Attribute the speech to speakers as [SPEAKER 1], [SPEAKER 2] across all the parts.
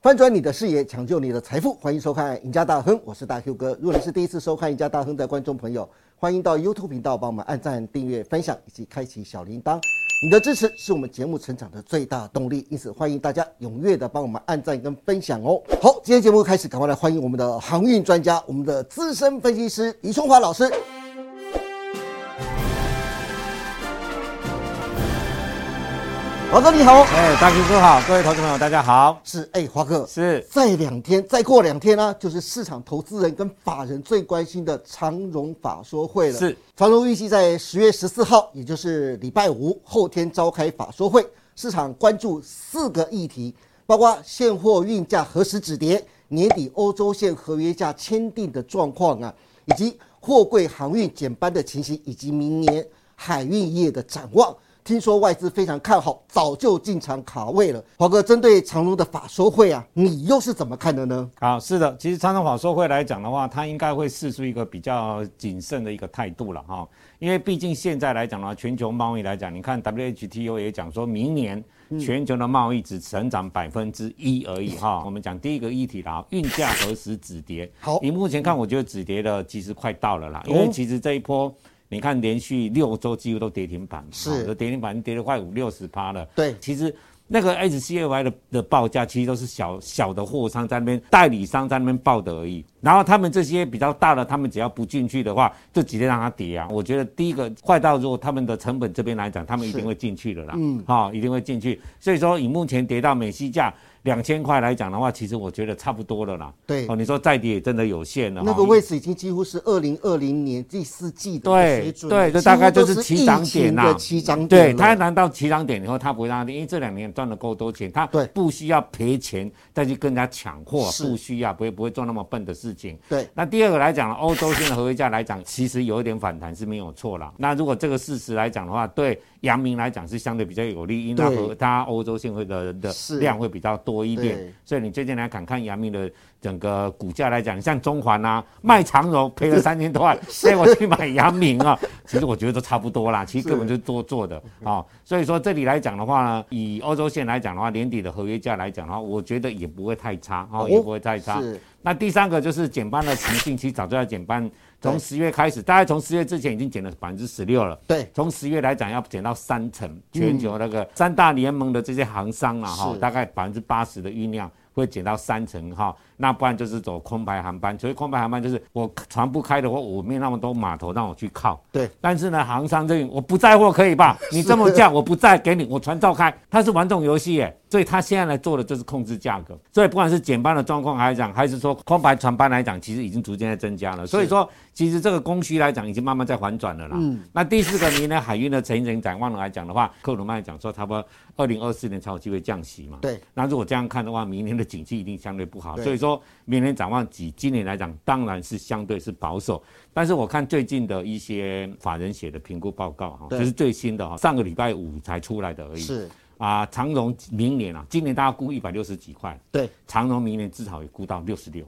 [SPEAKER 1] 翻转你的视野，抢救你的财富，欢迎收看《赢家大亨》，我是大 Q 哥。如果你是第一次收看《赢家大亨》的观众朋友，欢迎到 YouTube 频道帮我们按赞、订阅、分享以及开启小铃铛。你的支持是我们节目成长的最大动力，因此欢迎大家踊跃的帮我们按赞跟分享哦。好，今天节目开始，赶快来欢迎我们的航运专家，我们的资深分析师余春华老师。华哥你好，
[SPEAKER 2] 哎，大 Q 哥好，各位投资朋友大家好，
[SPEAKER 1] 是哎，华哥
[SPEAKER 2] 是
[SPEAKER 1] 再两天，再过两天呢、啊就是市场投资人跟法人最关心的长荣法说会了。
[SPEAKER 2] 是，
[SPEAKER 1] 长荣预计在十月十四号，也就是礼拜五后天召开法说会，市场关注四个议题，包括现货运价何时止跌，年底欧洲线合约价签订的状况啊，以及货柜航运减班的情形，以及明年海运业的展望。听说外资非常看好，早就进场卡位了。华哥，针对长隆的法说会啊，你又是怎么看的呢？
[SPEAKER 2] 好是的，其实长荣法说会来讲的话，它应该会试出一个比较谨慎的一个态度了哈，因为毕竟现在来讲的话，全球贸易来讲，你看 WHTO 也讲说明年
[SPEAKER 1] 嗯
[SPEAKER 2] 全球的贸易只成长百分之一而已哈。我们讲第一个议题啦，运价何时止跌？
[SPEAKER 1] 嗯好
[SPEAKER 2] 以目前看，我觉得止跌的其实快到了啦，因为
[SPEAKER 1] 哦
[SPEAKER 2] 其实这一波。你看，连续六周几乎都跌停板，
[SPEAKER 1] 是
[SPEAKER 2] 哦都跌停板跌了快五六十趴了。
[SPEAKER 1] 对
[SPEAKER 2] 其实那个 HCLY 的的报价其实都是小小的货商在那边代理商在那边报的而已。然后他们这些比较大的，他们只要不进去的话，就直接让它跌啊。我觉得第一个快到如果他们的成本这边来讲，他们一定会进去的啦。嗯，好、一定会进去。所以说，以目前跌到美西价两千块来讲的话，其实我觉得差不多了啦。
[SPEAKER 1] 对
[SPEAKER 2] 哦，你说再跌也真的有限了。
[SPEAKER 1] 那个
[SPEAKER 2] 哦
[SPEAKER 1] 位置已经几乎是二零二零年第四季的水
[SPEAKER 2] 对
[SPEAKER 1] 准，
[SPEAKER 2] 对，这
[SPEAKER 1] 几乎
[SPEAKER 2] 大概
[SPEAKER 1] 都
[SPEAKER 2] 就是起涨点
[SPEAKER 1] 疫
[SPEAKER 2] 啊
[SPEAKER 1] 情
[SPEAKER 2] 呐、
[SPEAKER 1] 的起涨
[SPEAKER 2] 对
[SPEAKER 1] 点了。
[SPEAKER 2] 他难道起涨点以后，他不会让它跌，因为这两年赚了够多钱，他
[SPEAKER 1] 对
[SPEAKER 2] 不需要赔钱再去跟人家抢货，
[SPEAKER 1] 是
[SPEAKER 2] 不需要，不会不会做那么笨的事情。
[SPEAKER 1] 对
[SPEAKER 2] 那第二个来讲，欧洲现在合约价来讲，其实有一点反弹是没有错啦。那如果这个事实来讲的话，对阳明来讲是相对比较有利，因为它
[SPEAKER 1] 对
[SPEAKER 2] 和它欧洲线会的的
[SPEAKER 1] 是
[SPEAKER 2] 量会比较多一点
[SPEAKER 1] 对。
[SPEAKER 2] 所以你最近来看看阳明的整个股价来讲，像中环啊，卖长荣赔了三千 多万，所以我去买阳明啊，其实我觉得都差不多啦，其实根本就多做的啊、哦所以说这里来讲的话呢，以欧洲线来讲的话，年底的合约价来讲的话，我觉得也不会太差哦，也不会太差。
[SPEAKER 1] 是
[SPEAKER 2] 那第三个就是减班的情境，其实早就要减班，
[SPEAKER 1] 对
[SPEAKER 2] 从十月开始，大概从十月之前已经减了百分之十六了。
[SPEAKER 1] 对
[SPEAKER 2] 从十月来讲，要减到三成，全球那个三大联盟的这些行商啊，哈
[SPEAKER 1] 嗯是，
[SPEAKER 2] 大概百分之八十的运量会减到三成哈。那不然就是走空白航班，所以空白航班就是我船不开的话，我没有那么多码头让我去靠。
[SPEAKER 1] 对
[SPEAKER 2] 但是呢，行商这里我不载货可以吧？你这么价我不载给你，我船照开。他是玩这种游戏耶，所以他现在来做的就是控制价格。所以不管是减班的状况来讲，还是说空白船班来讲，其实已经逐渐在增加了。所以说，其实这个供需来讲已经慢慢在反转了啦。
[SPEAKER 1] 嗯
[SPEAKER 2] 那第四个，明年海运的成人展望来讲的话，克鲁曼讲说，差不多二零二四年才有机会降息嘛。
[SPEAKER 1] 对，
[SPEAKER 2] 那如果这样看的话，明年的景气一定相对不好，
[SPEAKER 1] 对
[SPEAKER 2] 所以说明年展望比今年来讲，当然是相对是保守。但是我看最近的一些法人写的评估报告哈，
[SPEAKER 1] 对
[SPEAKER 2] 就是最新的哈，上个礼拜五才出来的而已。
[SPEAKER 1] 是，
[SPEAKER 2] 啊，长荣明年啊，今年大家估一百六十几块，
[SPEAKER 1] 对
[SPEAKER 2] 长荣明年至少也估到六十六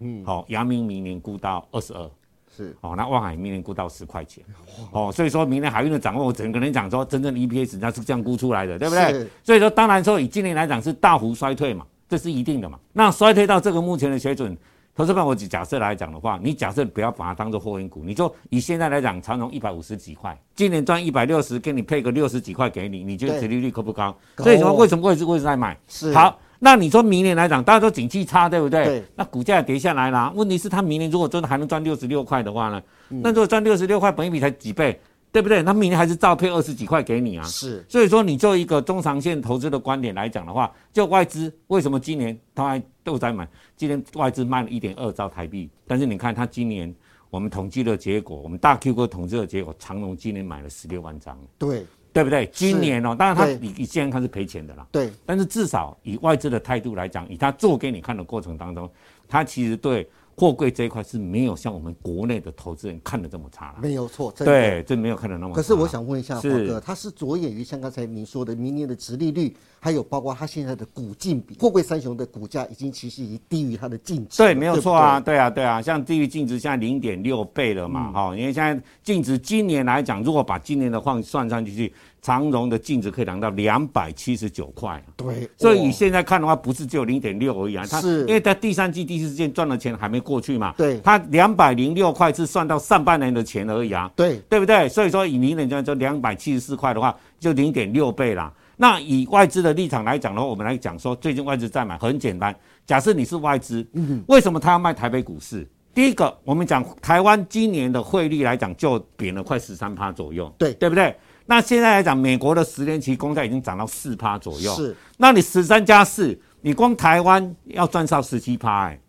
[SPEAKER 2] 嗯，好、阳明明年估到二十二。
[SPEAKER 1] 是
[SPEAKER 2] 哦，那望海明年估到十块钱，哦，所以说明年海运的展望，我整个人讲说，真正的 E EPS 它是这样估出来的，对不对
[SPEAKER 1] 是？
[SPEAKER 2] 所以说，当然说以今年来讲是大幅衰退嘛，这是一定的嘛。那衰退到这个目前的水准，投资办我假设来讲的话，你假设不要把它当做货运股，你就以现在来讲，长荣一百五十几块，今年赚一百六十，给你配个六十几块给你，你觉得
[SPEAKER 1] 对
[SPEAKER 2] 殖利率高不高？
[SPEAKER 1] 高
[SPEAKER 2] 所以说
[SPEAKER 1] 哦
[SPEAKER 2] 为什么会是会是在买？
[SPEAKER 1] 是
[SPEAKER 2] 好。那你说明年来讲，大家都景气差，对不对？
[SPEAKER 1] 对
[SPEAKER 2] 那股价也跌下来啦。问题是，它明年如果真的还能赚六十六块的话呢？
[SPEAKER 1] 嗯
[SPEAKER 2] 那如果赚六十六块，本一比才几倍，对不对？那明年还是照配二十几块给你啊。
[SPEAKER 1] 是
[SPEAKER 2] 所以说，你做一个中长线投资的观点来讲的话，就外资为什么今年它还都在买？今年外资卖了一点二兆台币，但是你看它今年我们统计的结果，我们大 Q 哥统计的结果，长隆今年买了十六万张，
[SPEAKER 1] 对
[SPEAKER 2] 对不对？今年哦，当然它
[SPEAKER 1] 对
[SPEAKER 2] 你你现在看是赔钱的啦。
[SPEAKER 1] 对
[SPEAKER 2] 但是至少以外资的态度来讲，以他做给你看的过程当中，他其实对货柜这一块是没有像我们国内的投资人看的这么差啦。
[SPEAKER 1] 没有错，真的。
[SPEAKER 2] 对，这没有看的那么差。
[SPEAKER 1] 可是我想问一下华
[SPEAKER 2] 是
[SPEAKER 1] 哥，他是着眼于像刚才您说的明年的殖利率，还有包括他现在的股净比，货柜三雄的股价已经其实已经低于它的净值了。
[SPEAKER 2] 对，没有
[SPEAKER 1] 不嗯
[SPEAKER 2] 错啊，对啊，对啊，像地域净值现在零点六倍了嘛，哈、因为现在净值今年来讲，如果把今年的换算上去，长荣的净值可以涨到两百七十九块啊。
[SPEAKER 1] 对，哦
[SPEAKER 2] 所以
[SPEAKER 1] 哇
[SPEAKER 2] 以现在看的话，不是只有零点六而已啊，它
[SPEAKER 1] 是
[SPEAKER 2] 因为它第三季、第四季赚的钱还没过去嘛，
[SPEAKER 1] 对
[SPEAKER 2] 它两百零六块是算到上半年的钱而已啊，
[SPEAKER 1] 对
[SPEAKER 2] 对不对？所以说以零点这就两百七十四块的话，就零点六倍啦。那以外资的立场来讲的话，我们来讲说，最近外资在买，很简单。假设你是外资，
[SPEAKER 1] 嗯
[SPEAKER 2] 为什么他要卖台北股市？第一个，我们讲台湾今年的汇率来讲，就贬了快十三趴左右，
[SPEAKER 1] 对
[SPEAKER 2] 对不对？那现在来讲，美国的十年期公债已经涨到四趴左右，
[SPEAKER 1] 是。
[SPEAKER 2] 那你十三加四，你光台湾要赚上十七趴，哎、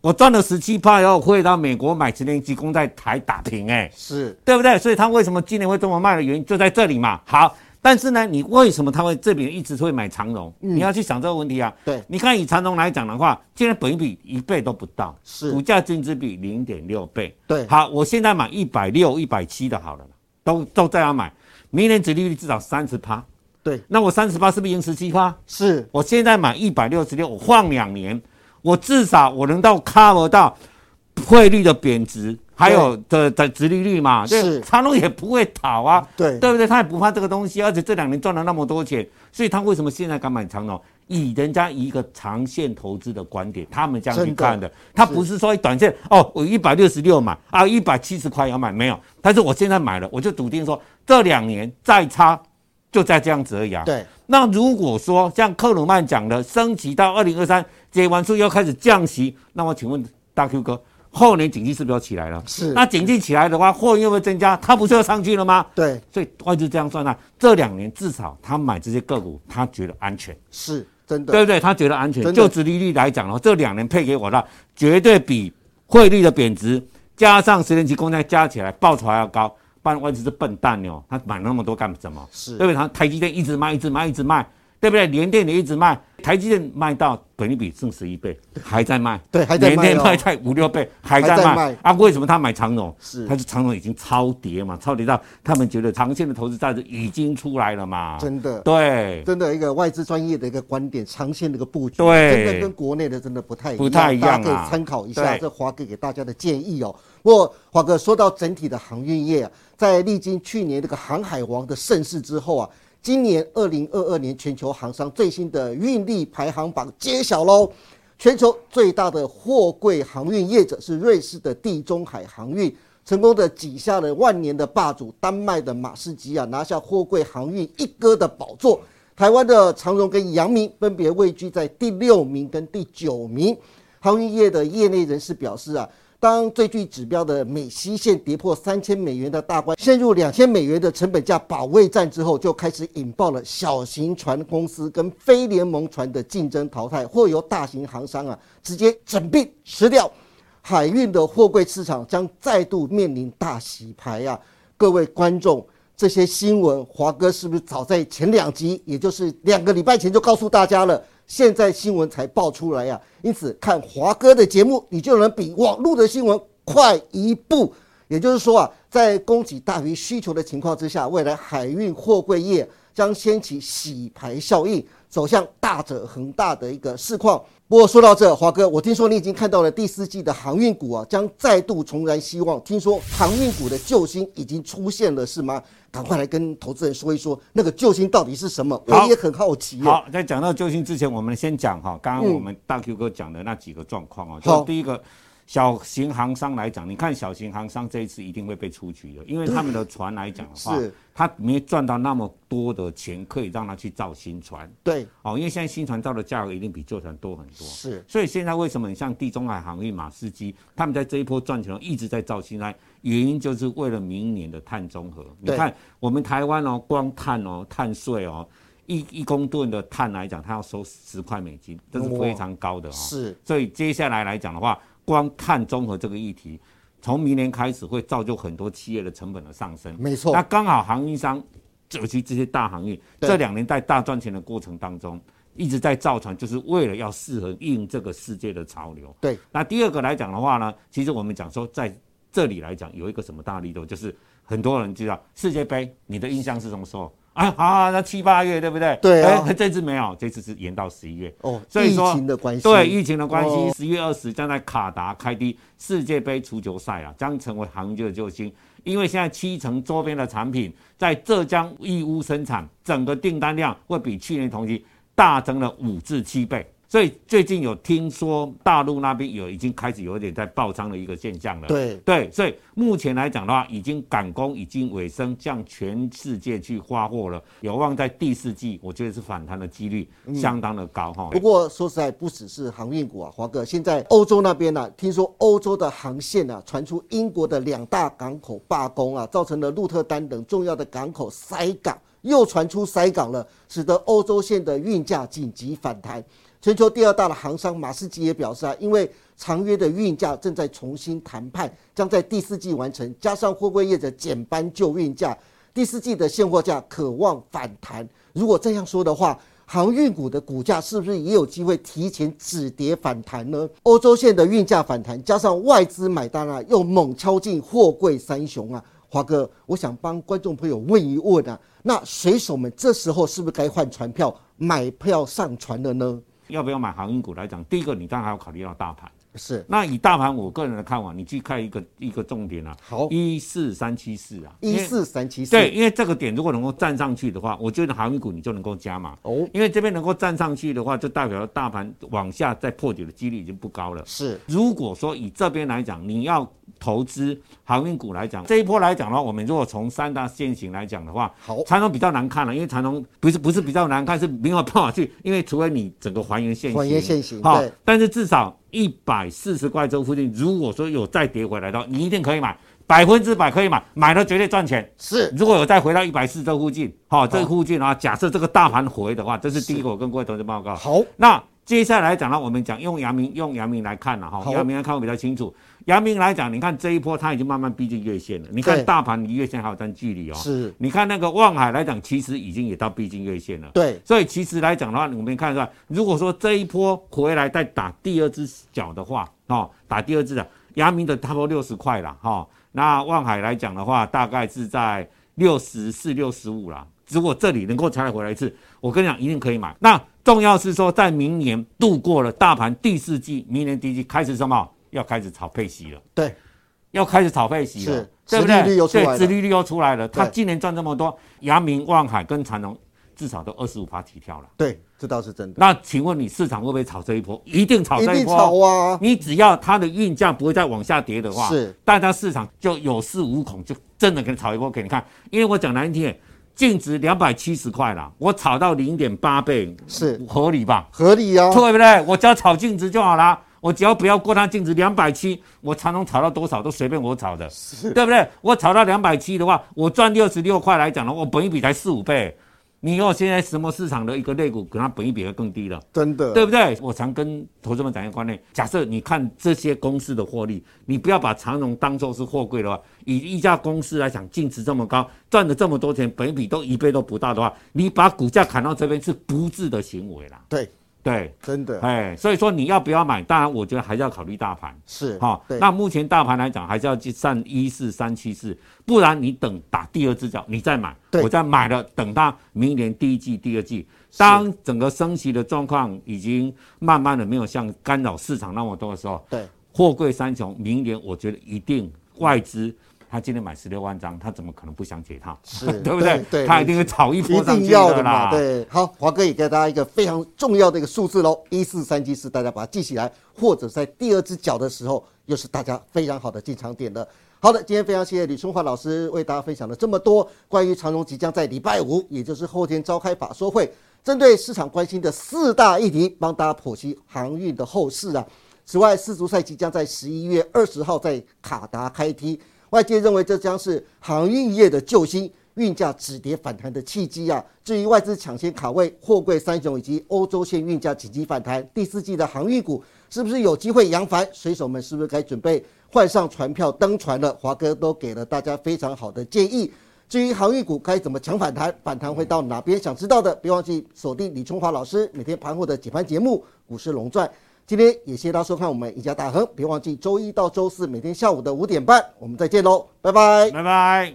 [SPEAKER 2] 我赚了十七趴以后，会到美国买十年期公债台打平、哎，
[SPEAKER 1] 是
[SPEAKER 2] 对不对？所以他为什么今年会这么卖的原因就在这里嘛。好，但是呢，你为什么他会这边一直会买长荣？
[SPEAKER 1] 嗯
[SPEAKER 2] 你要去想这个问题啊。
[SPEAKER 1] 对
[SPEAKER 2] 你看以长荣来讲的话，现在本益比一倍都不到，
[SPEAKER 1] 是
[SPEAKER 2] 股价净值比零点六倍。
[SPEAKER 1] 对
[SPEAKER 2] 好，我现在买一百六、一百七的好了啦，都都这样买，明年殖利率至少三十趴。
[SPEAKER 1] 对
[SPEAKER 2] 那我三十八是不是赢十七趴？
[SPEAKER 1] 是
[SPEAKER 2] 我现在买一百六十六，我放两年，我至少我能到 cover 到汇率的贬值，还有的的殖利率嘛，
[SPEAKER 1] 是
[SPEAKER 2] 对长隆也不会倒啊，
[SPEAKER 1] 对
[SPEAKER 2] 对不对？他也不怕这个东西，而且这两年赚了那么多钱，所以他为什么现在敢买长隆？以人家一个长线投资的观点，他们这样去
[SPEAKER 1] 真的
[SPEAKER 2] 看的，他不是说短线哦，我一百六十六买啊，一百七十块要买没有，但是我现在买了，我就笃定说这两年再差就再这样子而已啊。
[SPEAKER 1] 对
[SPEAKER 2] 那如果说像克鲁曼讲的，升级到二零二三结完数又开始降息，那我请问大 Q 哥，后年景气是不是要起来了？
[SPEAKER 1] 是
[SPEAKER 2] 那景气起来的话，货运又会增加，它不是要上去了吗？
[SPEAKER 1] 对
[SPEAKER 2] 所以外资这样算啊，这两年至少他买这些个股，他觉得安全，
[SPEAKER 1] 是真
[SPEAKER 2] 对
[SPEAKER 1] 的
[SPEAKER 2] 不对？他觉得安全。
[SPEAKER 1] 真的
[SPEAKER 2] 就殖利率来讲的话，这两年配给我的绝对比汇率的贬值加上十年期公债加起来报酬还要高，不然外资是笨蛋哦，他买那么多干什么？
[SPEAKER 1] 是
[SPEAKER 2] 对不对？它台积电一直卖，一直卖，一直卖，对不对？联电也一直卖，台积电卖到本利比剩十一倍，还在卖，
[SPEAKER 1] 对还在卖哦
[SPEAKER 2] 联电卖在五六倍，还在
[SPEAKER 1] 还在
[SPEAKER 2] 卖
[SPEAKER 1] 卖
[SPEAKER 2] 啊？为什么他买长荣？
[SPEAKER 1] 是
[SPEAKER 2] 他是长荣已经超跌嘛，超跌到他们觉得长线的投资价值已经出来了嘛？
[SPEAKER 1] 真的
[SPEAKER 2] 对，
[SPEAKER 1] 真的一个外资专业的一个观点，长线的一个布局，
[SPEAKER 2] 对
[SPEAKER 1] 真的跟国内的真的不太一样，
[SPEAKER 2] 不太一样啊
[SPEAKER 1] 大家可以参考一下
[SPEAKER 2] 对
[SPEAKER 1] 这华哥给大家的建议哦。不过华哥说到整体的航运业啊，在历经去年这个航海王的盛世之后啊，今年二零二二年全球航商最新的运力排行榜揭晓喽。全球最大的货柜航运业者是瑞士的地中海航运，成功的挤下了万年的霸主丹麦的马士基啊，拿下货柜航运一哥的宝座。台湾的长荣跟阳明分别位居在第六名跟第九名。航运业的业内人士表示啊，当最具指标的美西线跌破三千美元的大关，陷入两千美元的成本价保卫战之后，就开始引爆了小型船公司跟非联盟船的竞争淘汰，或由大型航商啊直接整并吃掉。海运的货柜市场将再度面临大洗牌啊！各位观众，这些新闻，华哥是不是早在前两集，也就是两个礼拜前就告诉大家了？现在新闻才爆出来呀、啊因此看华哥的节目，你就能比网络的新闻快一步。也就是说啊，在供给大于需求的情况之下，未来海运货柜业将掀起洗牌效应，走向大者恒大的一个市况。不过说到这，华哥，我听说你已经看到了第四季的航运股啊，将再度重燃希望。听说航运股的救星已经出现了，是吗？赶快来跟投资人说一说，那个救星到底是什么？我
[SPEAKER 2] 好
[SPEAKER 1] 也很好奇、哦。
[SPEAKER 2] 好，在讲到救星之前，我们先讲哈，刚刚我们大 Q 哥讲的那几个状况哦，就
[SPEAKER 1] 嗯好
[SPEAKER 2] 是第一个。小型航商来讲，你看小型航商这一次一定会被出局的，因为他们的船来讲的话
[SPEAKER 1] 是，
[SPEAKER 2] 他没赚到那么多的钱，可以让他去造新船
[SPEAKER 1] 对，
[SPEAKER 2] 哦，因为现在新船造的价格一定比旧船多很多。
[SPEAKER 1] 是
[SPEAKER 2] 所以现在为什么你像地中海航运、马士基，他们在这一波赚钱一直在造新来，原因就是为了明年的碳中和。你
[SPEAKER 1] 对
[SPEAKER 2] 看我们台湾哦，光碳哦、碳税哦，一一公吨的碳来讲，它要收十块美金，这是非常高的哦。
[SPEAKER 1] 是，
[SPEAKER 2] 所以接下来来讲的话，光碳中和这个议题，从明年开始会造就很多企业的成本的上升。
[SPEAKER 1] 没错
[SPEAKER 2] 那刚好航运商，尤其这些大航运，
[SPEAKER 1] 对
[SPEAKER 2] 这两年在大赚钱的过程当中，一直在造船，就是为了要适合应这个世界的潮流。
[SPEAKER 1] 对，
[SPEAKER 2] 那第二个来讲的话呢，其实我们讲说在。这里来讲有一个什么大力度，就是很多人知道世界杯，你的印象是什么时候？啊，好、啊，那七八月对不对？
[SPEAKER 1] 对啊
[SPEAKER 2] 哎这次没有，这次是延到十一月。
[SPEAKER 1] 哦，
[SPEAKER 2] 所以
[SPEAKER 1] 疫
[SPEAKER 2] 说
[SPEAKER 1] 情的关系，
[SPEAKER 2] 对疫情的关系
[SPEAKER 1] 哦，
[SPEAKER 2] 十、月二十将在卡达开第世界杯足球赛啊，将成为行业的救星。因为现在七成周边的产品在浙江义乌生产，整个订单量会比去年同期大增了五至七倍。所以最近有听说大陆那边有已经开始有一点在爆仓的一个现象了。
[SPEAKER 1] 对
[SPEAKER 2] 对，所以目前来讲的话，已经赶工，已经尾声，向全世界去发货了，有望在第四季，我觉得是反弹的几率
[SPEAKER 1] 嗯
[SPEAKER 2] 相当的高哈。
[SPEAKER 1] 不过说实在，不只是航运股啊，华哥，现在欧洲那边呢、听说欧洲的航线啊，传出英国的两大港口罢工啊，造成了鹿特丹等重要的港口塞港，又传出塞港了，使得欧洲线的运价紧急反弹。全球第二大的航商马士基也表示啊，因为长约的运价正在重新谈判，将在第四季完成，加上货柜业者减班救运价，第四季的现货价可望反弹。如果这样说的话，航运股的股价是不是也有机会提前止跌反弹呢？欧洲线的运价反弹，加上外资买单啊，又猛敲进货柜三雄啊。华哥，我想帮观众朋友问一问啊，那水手们这时候是不是该换船票、买票上船了呢？
[SPEAKER 2] 要不要买航运股来讲，第一个你当然还要考虑到大盘。
[SPEAKER 1] 是
[SPEAKER 2] 那以大盘我个人的看法，你去看一个一个重点啊，
[SPEAKER 1] 好
[SPEAKER 2] 一四三七四啊，
[SPEAKER 1] 一
[SPEAKER 2] 因为
[SPEAKER 1] 四三七四，
[SPEAKER 2] 对，因为这个点如果能够站上去的话，我觉得航运股你就能够加码。
[SPEAKER 1] 哦，
[SPEAKER 2] 因为这边能够站上去的话，就代表大盘往下再破底的几率已经不高了。
[SPEAKER 1] 是
[SPEAKER 2] 如果说以这边来讲，你要投资航运股来讲，这一波来讲的话，我们如果从三大线型来讲的话，
[SPEAKER 1] 好
[SPEAKER 2] 长荣比较难看了，因为长荣不是不是比较难看，是没有办法去，因为除非你整个还原现形，
[SPEAKER 1] 还原现形
[SPEAKER 2] 好
[SPEAKER 1] 对，
[SPEAKER 2] 但是至少一百四十块周附近，如果说有再跌回来的话，你一定可以买，百分之百可以买，买了绝对赚钱。
[SPEAKER 1] 是
[SPEAKER 2] 如果有再回到一百四这附近，好、这附近啊，假设这个大盘回的话，这是第一个我跟各位投资报告。
[SPEAKER 1] 好，
[SPEAKER 2] 那接下来讲呢，我们讲用阳明用阳明来看了
[SPEAKER 1] 好
[SPEAKER 2] 哈，阳明来看会比较清楚。阳明来讲，你看这一波它已经慢慢逼近月线了，你
[SPEAKER 1] 对
[SPEAKER 2] 看大盘离月线还有段距离哦。
[SPEAKER 1] 是，
[SPEAKER 2] 你看那个望海来讲，其实已经也到逼近月线了。
[SPEAKER 1] 对，
[SPEAKER 2] 所以其实来讲的话，我们看出来，如果说这一波回来再打第二只脚的话，哦，打第二只的，阳明的差不多六十块啦，哈、哦，那望海来讲的话，大概是在六十四、六十五啦。如果这里能够才回来一次，我跟你讲，一定可以买。那重要是说，在明年度过了大盘第四季，明年第一季开始什么？要开始炒配息了。
[SPEAKER 1] 对，
[SPEAKER 2] 要开始炒配息了
[SPEAKER 1] 是，
[SPEAKER 2] 对不对？
[SPEAKER 1] 殖利率又出来了
[SPEAKER 2] 对，殖利率又出来了。他
[SPEAKER 1] 对
[SPEAKER 2] 今年赚这么多，阳明、望海跟长荣至少都二十五趴起跳了。
[SPEAKER 1] 对，这倒是真的，
[SPEAKER 2] 那请问你市场会不会炒这一波？一定炒
[SPEAKER 1] 一
[SPEAKER 2] 这一
[SPEAKER 1] 定
[SPEAKER 2] 波。哦
[SPEAKER 1] 炒啊，
[SPEAKER 2] 你只要它的运价不会再往下跌的话，
[SPEAKER 1] 是
[SPEAKER 2] 大家市场就有恃无恐，就真的给你炒一波给你看。因为我讲难听点，净值两百七十块啦，我炒到零点八倍，
[SPEAKER 1] 是
[SPEAKER 2] 合理吧？
[SPEAKER 1] 合理啊，
[SPEAKER 2] 对不对？我只要炒净值就好啦，我只要不要过它净值两百七，我长隆炒到多少都随便我炒的，对不对？我炒到两百七的话，我赚六十六块来讲呢，我本一比才四五倍。你用现在什么市场的一个类股，可能它本一比会更低了，
[SPEAKER 1] 真的，
[SPEAKER 2] 对不对？我常跟投资们讲一个观念：假设你看这些公司的获利，你不要把长荣当做是货柜的话，以一家公司来讲，净值这么高，赚了这么多钱，本一比都一倍都不到的话，你把股价砍到这边是不智的行为啦。
[SPEAKER 1] 对，
[SPEAKER 2] 对，
[SPEAKER 1] 真的
[SPEAKER 2] 哎，所以说你要不要买？当然，我觉得还是要考虑大盘。
[SPEAKER 1] 是
[SPEAKER 2] 哈、
[SPEAKER 1] 对，
[SPEAKER 2] 那目前大盘来讲，还是要去上一四三七四，不然你等打第二只脚，你再买，
[SPEAKER 1] 对
[SPEAKER 2] 我再买了，等到明年第一季、第二季，当整个升息的状况已经慢慢的没有像干扰市场那么多的时候，
[SPEAKER 1] 对，
[SPEAKER 2] 货柜三雄明年我觉得一定外资。他今天买十六万张，他怎么可能不想解套？
[SPEAKER 1] 是
[SPEAKER 2] 对不对？
[SPEAKER 1] 对对
[SPEAKER 2] 他一定会炒一
[SPEAKER 1] 一
[SPEAKER 2] 波上
[SPEAKER 1] 定
[SPEAKER 2] 去
[SPEAKER 1] 要
[SPEAKER 2] 的
[SPEAKER 1] 的
[SPEAKER 2] 啦。
[SPEAKER 1] 嘛。对，好，华哥也给大家一个非常重要的一个数字喽，一四三七四，大家把它记起来，或者在第二只脚的时候，又是大家非常好的进场点了。好的，今天非常谢谢李春华老师为大家分享了这么多关于长荣即将在礼拜五，也就是后天召开法说会，针对市场关心的四大议题，帮大家剖析航运的后市啊。此外，世足赛即将在十一月二十号在卡达开踢，外界认为这将是航运业的救星，运价止跌反弹的契机啊。至于外资抢先卡位货柜三雄以及欧洲线运价紧急反弹，第四季的航运股是不是有机会扬帆？水手们是不是该准备换上船票登船了？华哥都给了大家非常好的建议。至于航运股该怎么抢反弹，反弹会到哪边？想知道的，别忘记锁定李春华老师每天盘后的解盘节目《股市龙传》。今天也谢谢大家收看我们赢家大亨，别忘记周一到周四每天下午的五点半，我们再见喽，拜拜。
[SPEAKER 2] 拜拜。